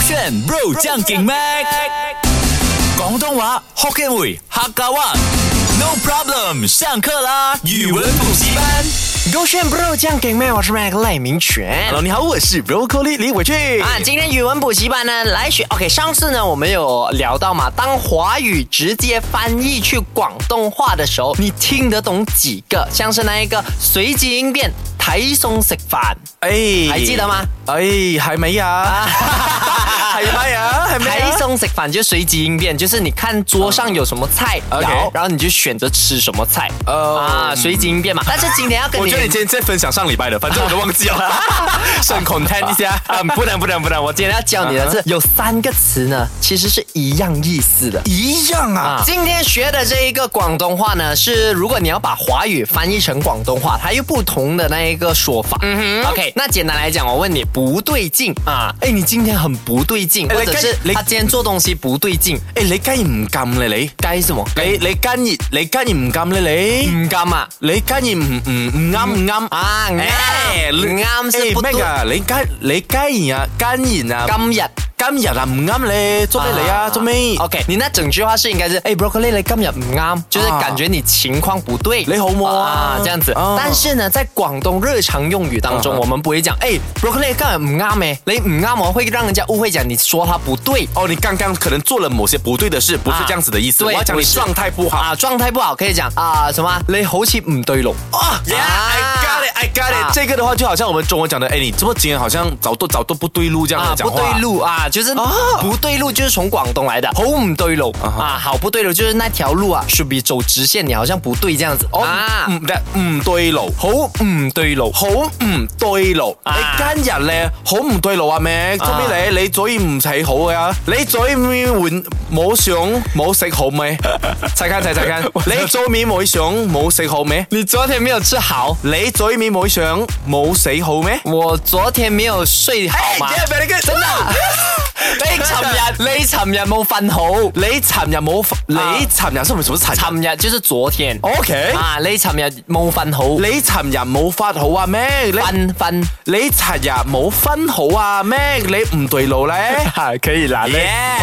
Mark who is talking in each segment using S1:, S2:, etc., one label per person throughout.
S1: 选 Bro 将劲 Mac，广东话 Hokkien 语客家话。No problem，上课啦！语文补习班。
S2: 勾选 Bro 酱给妹，我是 Mac 赖明全。
S1: Hello，你好，我是 Broccoli 李伟俊。
S2: 啊，今天语文补习班呢来学。OK，上次呢我们有聊到嘛，当华语直接翻译去广东话的时候，你听得懂几个？像是那一个随机应变，台松食 饭，
S1: 哎
S2: 还记得吗？
S1: 哎，系咪 啊？系咪啊？系咪
S2: 台
S1: 啊？
S2: 松食饭就随机应变，就是你看桌上有什么菜，
S1: OK
S2: 然后然后你就选择吃什么菜
S1: 哦
S2: 啊，随机应变嘛。但是今天要跟
S1: 我
S2: 你
S1: 觉得你今天在分享上礼拜的，反正我都忘 记了。省 content 一下，嗯，不能不能不能，我今
S2: 今
S1: 天
S2: 天要教你的是有三个词呢，其实是一样意思的。
S1: 一样啊。
S2: 今天学的这一个广东话呢，是如果你要把华语翻译成广东话，它有不同的那一个说法。嗯哼。OK，那简单来讲，我问你不对劲啊，哎，你今天很不对劲，
S1: 哎
S2: 或者
S1: 你
S2: 是
S1: 你
S2: 他今天做东西不对劲，
S1: 诶，你雞唔撳咧你？
S2: 该什么？
S1: 你你跟熱你跟熱唔撳咧你？
S2: 唔啱啊！
S1: 你跟熱唔唔唔啱唔啱？
S2: 啊啱
S1: 誒
S2: 唔啱
S1: 誒
S2: 先不對
S1: 哎咩㗎？啊你跟你跟然啊跟然啊
S2: 今日
S1: 今日啊唔啱咧，做咩你啊做咩？
S2: ？OK，你那整句话是应该是，哎，broccoli，你今日唔啱，就是
S1: 啊
S2: 感觉你情况不对，
S1: 你好冇啊
S2: 这样子
S1: 啊。
S2: 但是呢，在广东日常用语当中，
S1: 啊
S2: 我们不会讲，哎，broccoli，今日唔啱诶，你唔啱，我会让人家误会讲你说他不对。
S1: 哦，你刚刚可能做了某些不對的事，不是
S2: 啊
S1: 這樣子的意思。我
S2: 对
S1: 要講你
S2: 不是
S1: 狀態不好。
S2: 啊，状态不好可以讲啊什么啊？你好似唔对路
S1: 啊，Yeah，I got
S2: 啊
S1: it，I got
S2: 啊
S1: it。这个的話就好像我們中文講的，哎，你怎麼今天好像找都找都不對路這樣
S2: 啊，
S1: 子講
S2: 不
S1: 話。
S2: 对路啊，就是不对路就是从广东来的，好唔对路
S1: 哈
S2: 啊，好不对路就是那条路啊，是比走直线你好像不对这样子
S1: 哦，
S2: 啊。
S1: 唔得唔對路。
S2: 好唔對路，
S1: 好唔對路，
S2: 啊
S1: 你今日咧好唔對路啊咩？做咩你你嘴唔使好嘅啊？你嘴面換冇想冇食好咩？齊間齊齊間，你嘴面冇想冇食好咩？
S2: 你昨天没有吃好，
S1: 你嘴面冇想冇食好咩？
S2: 我昨天没有睡好嘛？
S1: 哎，yeah，very good，真的。哎
S2: 你尋日你尋日冇瞓好，
S1: 你尋日冇瞓，
S2: 啊
S1: 你尋日是唔是什麼尋
S2: 尋日就是昨天
S1: ？O K，
S2: 啊，你尋日冇瞓好，
S1: 你尋日冇發好啊咩？你
S2: 瞓瞓
S1: 你尋日冇分好啊咩？你唔對 路咧，
S2: 啊，可以啦，
S1: 哎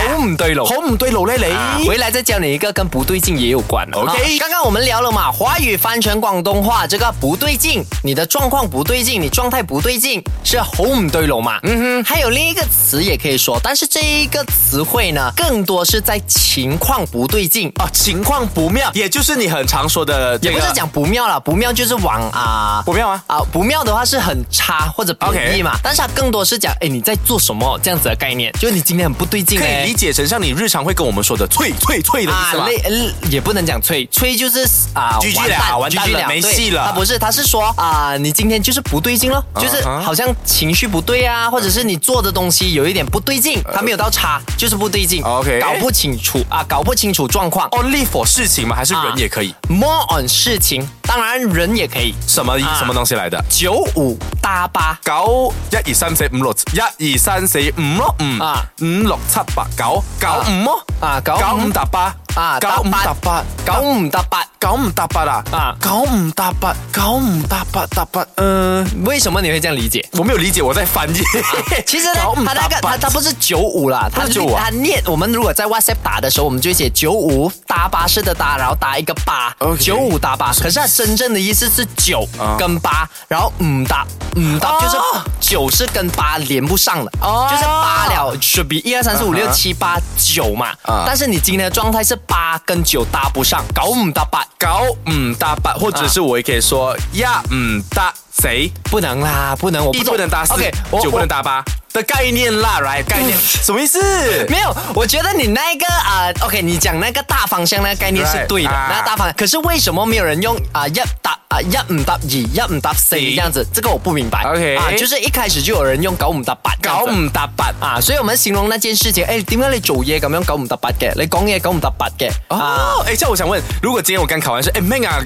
S1: Yeah
S2: 好唔對路
S1: 好。唔對路咧
S2: 啊
S1: 你。
S2: 回来再教你一个跟不对劲也有关的
S1: OK
S2: 啊刚刚我们聊了嘛，华语翻成广东话这个不对劲，你的状况不对劲，你状态不对劲是好唔对路嘛。嗯哼，还有另一个词也可以说，但是这一个词汇呢，更多是在情况不对劲。
S1: 啊，情况不妙，也就是你很常说的、
S2: 也不是，讲不妙啦，不妙就是往啊
S1: 不妙吗
S2: 啊不妙的话是很差或者贬义嘛但是它更多是讲哎你在做什么这样子的概念，就是你今天很不对劲
S1: 可
S2: 哎
S1: 以理解成像你日常会跟我们说的“脆脆脆”的意
S2: 啊
S1: 思吗？，
S2: 累呃也不能讲催，催就是啊，
S1: GG 了完蛋
S2: GG
S1: 了没戏了
S2: 对他不是，他是说啊，你今天就是不对劲咯，就是
S1: 啊哈
S2: 好像情绪不对啊，或者是你做的东西有一点不对劲，他没有到差，就是不对劲
S1: 呃 OK
S2: 搞不清楚啊，搞不清楚状况。
S1: only 哦 for 事情吗？还
S2: 啊
S1: 是人也可以？
S2: More on 事情，当然人也可以。
S1: 什么、
S2: 啊
S1: 什么东西来的？
S2: 九五搭八
S1: 九一二三四五六，一二三四五咯，五
S2: 啊
S1: 五六七八九九五咯，
S2: 啊，九
S1: 九五
S2: 五
S1: 搭八
S2: 啊
S1: 九五搭八
S2: 九五搭八。
S1: 九五搭八啊
S2: 啊
S1: 九五搭八九五搭八搭八，嗯、
S2: 为什么你会这样理解？
S1: 我没有理解，我在翻译。
S2: 其实呢
S1: 九，五
S2: 它那
S1: 搭
S2: 个
S1: 八
S2: 它它不是九五啦，它
S1: 不是95啊
S2: 它念我们如果在 WhatsApp 打的时候，我们就会写九五搭八式的搭，然后搭一个八
S1: OK，
S2: 九五搭八。可是它真正的意思是九跟八，然后五搭五搭
S1: 哦
S2: 就是九是跟八连不上的，
S1: 哦
S2: 就是八了，should be 一二三四五六七八九嘛
S1: 啊。
S2: 但是你今天的状态是八跟九搭不上，搞五搭八。
S1: 九五搭八，或者是我也可以
S2: 啊
S1: 说一五搭四，
S2: 不能啦，不能，我
S1: 一
S2: 不懂
S1: 不能搭四
S2: OK，我，
S1: 九不
S2: 我嗯
S1: 能搭八的概念啦，right？概念什么意思？
S2: 没有，我觉得你那一个啊、o k 你讲那个大方向那个概念是
S1: Right，
S2: 对的，
S1: 啊
S2: 那大方向。可是为什么没有人用啊、一搭啊一五搭二一五搭四这样子？这个我不明白。
S1: OK
S2: 啊，就是一开始就有人用九五搭八这样
S1: 九
S2: 子，
S1: 五搭八
S2: 啊，所以我们形容那件事情，诶，哎点解你做嘢咁样九五搭八嘅？你讲嘢九五搭八嘅啊？
S1: 哦，哎，这样我想问，如果今天我剛考完試，哎，咩啊，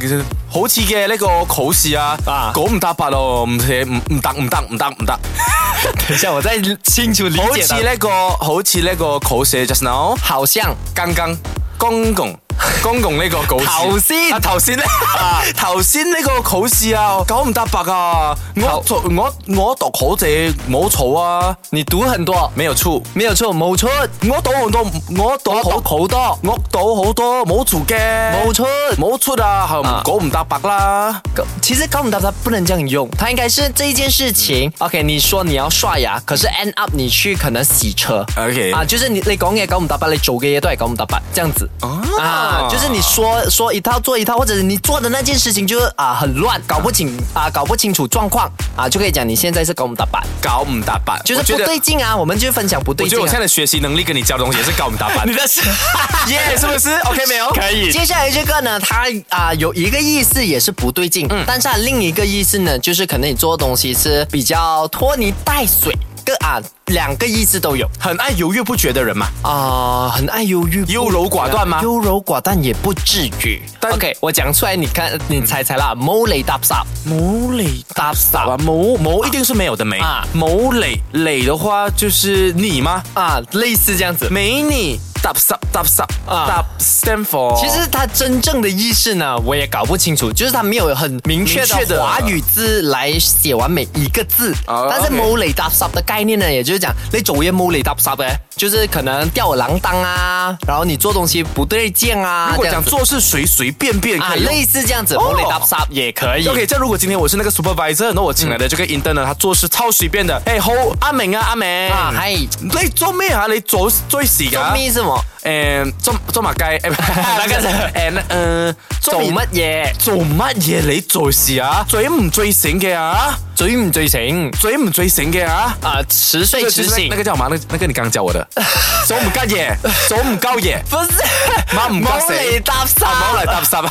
S1: 好似嘅呢個考試啊
S2: 啊，
S1: 九五搭八咯，唔係唔唔得唔得唔得唔得，
S2: 等一下，我再清楚理
S1: 好
S2: 解
S1: 似
S2: 到。
S1: 呢個好似呢個考試 just now，
S2: 好像
S1: 剛剛公公公共呢個稿事
S2: 頭先
S1: 啊頭先咧， 頭先呢個考試啊，九唔搭八啊！我做我我讀好字冇錯啊，
S2: 你读很多，
S1: 沒有錯。
S2: 没有错，冇错，
S1: 我讀好多，我讀好
S2: 我读好多，
S1: 我讀好多冇錯嘅，
S2: 冇错。
S1: 冇錯啊，
S2: 啊
S1: 係九唔搭八啦。
S2: 其实高姆达他不能这样用，他应该是这一件事情。OK，你说你要刷牙，可是 end up 你去可能洗车。
S1: OK
S2: 啊，就是你你讲嘢九唔搭八，你做嘅嘢都系九唔搭八，这样子。
S1: 哦
S2: 啊，就是你说说一套做一套，或者是你做的那件事情就是啊很乱，搞不清啊搞不清楚状况啊，就可以讲你现在是九唔搭八，
S1: 九唔搭八，
S2: 就
S1: 我
S2: 是
S1: 覺
S2: 不
S1: 得
S2: 对劲啊。我们就分享不对
S1: 我觉得
S2: 劲、
S1: 我现
S2: 啊
S1: 在。的学习能力跟你交东西也是高五 大班。
S2: 的 是。
S1: 耶是不是？OK 没 有？
S3: 可以。
S2: 接下来这个呢，它啊、有一个意思也是不对劲，但是、啊、另一个意思呢，就是可能你做的东西是比较拖泥带水，个啊两个意思都有
S1: 很爱犹豫不决的人嘛，
S2: 啊、很爱犹豫，
S1: 优柔寡断吗
S2: 优柔寡断也不至于。嗯
S1: 但
S2: OK，我讲出来，你看你猜猜啦，某雷搭傻，
S1: 某磊
S2: 搭
S1: 好吧，
S2: 傻
S1: 某某一定是没有的没
S2: 啊
S1: 某磊磊的话就是你吗？
S2: 啊，类似这样子。
S1: 没你，dub sub dub sub
S2: 啊
S1: dub stand for。
S2: 其实它真正的意思呢，我也搞不清楚，就是它没有很明确
S1: 明确
S2: 的
S1: 的
S2: 华语字来写完每一个字。
S1: 哦
S2: 但是
S1: OK
S2: 摸雷搭沙的概念呢，也就是讲你做嘢摸雷搭沙呗，就是可能吊儿郎当啊，然后你做东西不对劲啊，
S1: 如果
S2: 这样
S1: 讲
S2: 子
S1: 做事随随便便
S2: 啊，
S1: 可以用。哦
S2: 类似这样子摸雷搭沙也可以。
S1: OK，这样如果今天我是那个 supervisor，那我请
S2: 嗯
S1: 来的这个 intern 呢，他做事超随便的。哎，好，阿明啊，阿明，
S2: 啊，嗨，
S1: 你做咩啊？你做做事
S2: 做
S1: 噶？
S2: 咩什么？
S1: 诶，做做乜 雞？诶，
S2: 那個是
S1: 诶，那呃，
S2: 做
S1: 咩
S2: 乜嘢？
S1: 做乜嘢？你做事啊？最唔最醒嘅啊？
S2: 醉唔醉醒？
S1: 最唔最醒嘅啊？
S2: 啊，迟睡
S1: 就
S2: 迟
S1: 是
S2: 醒
S1: 那。个叫什么？那那个你刚教 我的，走唔吉嘢，走唔高嘢，
S2: 不是，
S1: 媽唔該死
S2: 摸雷搭沙，
S1: 冇嚟搭 霎，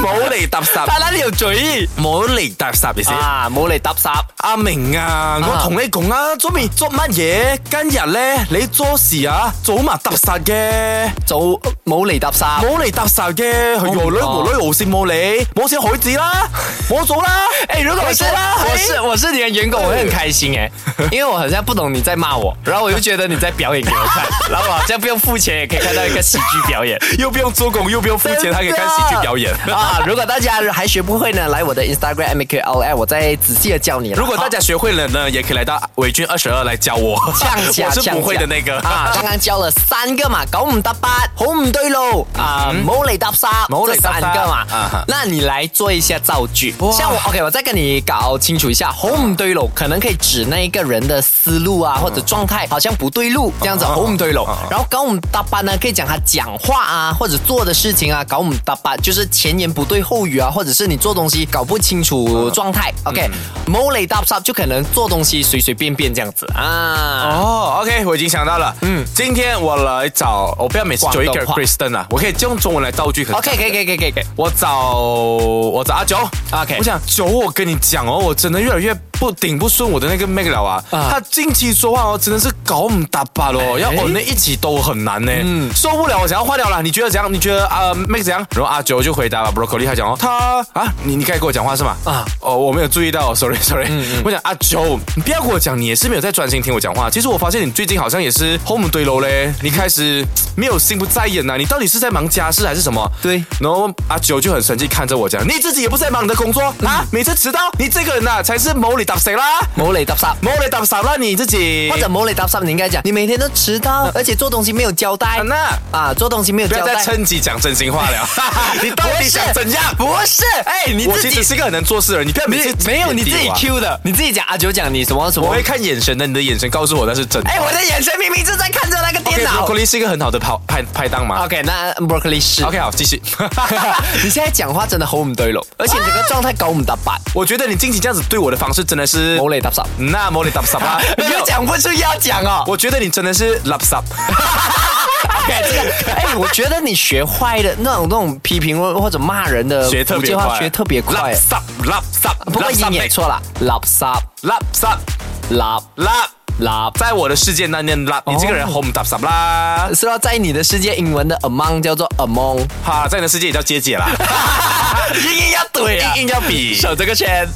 S1: 冇嚟搭霎，
S2: 他那里有嘴
S1: 冇嚟搭霎嘅先。
S2: 啊，摸雷搭沙。
S1: 阿明啊，我同你講啊，做咩做乜嘢？今日咧你做事啊，早埋搭霎嘅。
S2: 做冇嚟搭沙。
S1: 冇嚟搭霎嘅，佢無女無女無線冇你，冇錢海子 啦，冇做啦。
S2: 哎、如果我是
S1: 快走啦哎
S2: 我是我是你的员工，我会很开心哎、因为我好像不懂你在骂我，然后我就觉得你在表演给我看，然后我好像不用付钱也可以看到一个喜剧表演。
S1: 又不用做工， 又不用付钱，还可以看喜剧表演。
S2: 啊！如果大家还学不会呢，来我的 Instagram M K L I，我再仔细的教你啦。
S1: 如果大家学会了呢，也可以来到伟俊二十二来教 我。
S2: 呛下，
S1: 我是
S2: 呛
S1: 不
S2: 下
S1: 会的那个。
S2: 啊！刚刚教了三个嘛，九唔搭八，好唔对路啊！冇嚟搭沙，
S1: 嗯冇嚟
S2: 这
S1: 搭沙
S2: 三个嘛
S1: 啊哈。
S2: 那你来做一下造句，
S1: 哇啊
S2: 像我 OK，我再跟你搞清楚一下，好唔对路可能可以指那一个人的思路啊，或者状态好像不对路这样子，
S1: 啊
S2: 好唔对路。然后九唔搭八呢，可以讲他讲话啊，或者做的事情啊，九唔搭八就是前言不对后语啊，或者是你做东西搞不清
S1: 啊
S2: 楚状态。OK，冇
S1: 嗯
S2: 嚟搭沙就可能做东西随随便便这样子啊。
S1: 哦，OK，我已经想到了。嗯，今天我来找，我不要每次找一个
S2: 广东话
S1: Kristen 啊，我可以用中文来造哦句。可能
S2: OK，可以，可以，可以，可以，可以。
S1: 我找我找阿九
S2: OK
S1: 我想九，我跟你讲哦，我真的越来越不顶不顺我的那个妹了啊，哎
S2: 啊
S1: 她近期说话哦，真的是搞唔搭八咯，要我们一起都很难呢，受不了，我想要换掉了，你觉得怎样？你觉得啊、妹怎样？然后阿九就回答了 Broccoli，他讲哦，他啊，你你刚才跟我讲话是吗？
S2: 啊
S1: 啊，嗯哦，我没有注意到，sorry sorry，、我想阿九，你不要跟我讲，你也是没有在专心听我讲话，其实我发现你最近好像也是 home 对楼嘞，你开始没有心不在焉啊呐、你到底是在忙家事还是什么？
S2: 对
S1: 然后阿九就很生气看着我讲：“你自己也不是在忙你的工作
S2: 嗯
S1: 啊，每次迟到，你这个人呐、才是谋你打谁啦，
S2: 冇嚟搭霎，
S1: 谋你打傻啦你自己。”
S2: 或者冇嚟搭霎，你应该讲，你每天都迟到，而且做东西没有交代
S1: 啊。那
S2: 啊，做东西没有
S1: 不
S2: 交
S1: 要再
S2: 代。
S1: 趁机讲真心话了， 你到底想怎样？
S2: 不是，哎，你
S1: 我
S2: 自
S1: 其实
S2: 己
S1: 是个很能做事的人，你不要每次
S2: 你没有你自己
S1: 贬低我啊
S2: Q 的，你自己讲阿九讲你什么什
S1: 我
S2: 么
S1: 会。看眼神的，你的眼神告诉我那是真的。
S2: 哎，我的眼神明明就在看着那个电哎脑。
S1: ，Broccoli 是一个很好的跑拍拍档嘛。
S2: OK，那 broccoli 是。
S1: OK，好，继续。
S2: 你现在讲话真的好唔对路，而且你个状态搞唔搭八，
S1: 我觉得你近期这样子对我的方式真的是
S2: 冇嚟搭霎。。
S1: 那谋你打傻啦
S2: 你又讲不出要讲哦。
S1: 我觉得你真的是 l a p s u p
S2: 哎，我觉得你学坏的那种那种批评或者骂人的
S1: 学特
S2: 福
S1: 别
S2: 建话
S1: 快，
S2: 学特别快
S1: 垃。圾，垃圾，
S2: 不过
S1: 垃圾
S2: 音也
S1: 妹，
S2: 错了，垃圾
S1: 垃圾，
S2: 垃
S1: 垃，
S2: 垃。
S1: 在我的世界那念垃，你这个
S2: 哦
S1: 人 home 垃圾啦，
S2: 是要在你的世界，英文的 among 叫做 among，
S1: 哈，在你的世界也叫姐姐啦，
S2: 硬硬要怼
S1: 啊硬硬要比。
S2: 手这个圈。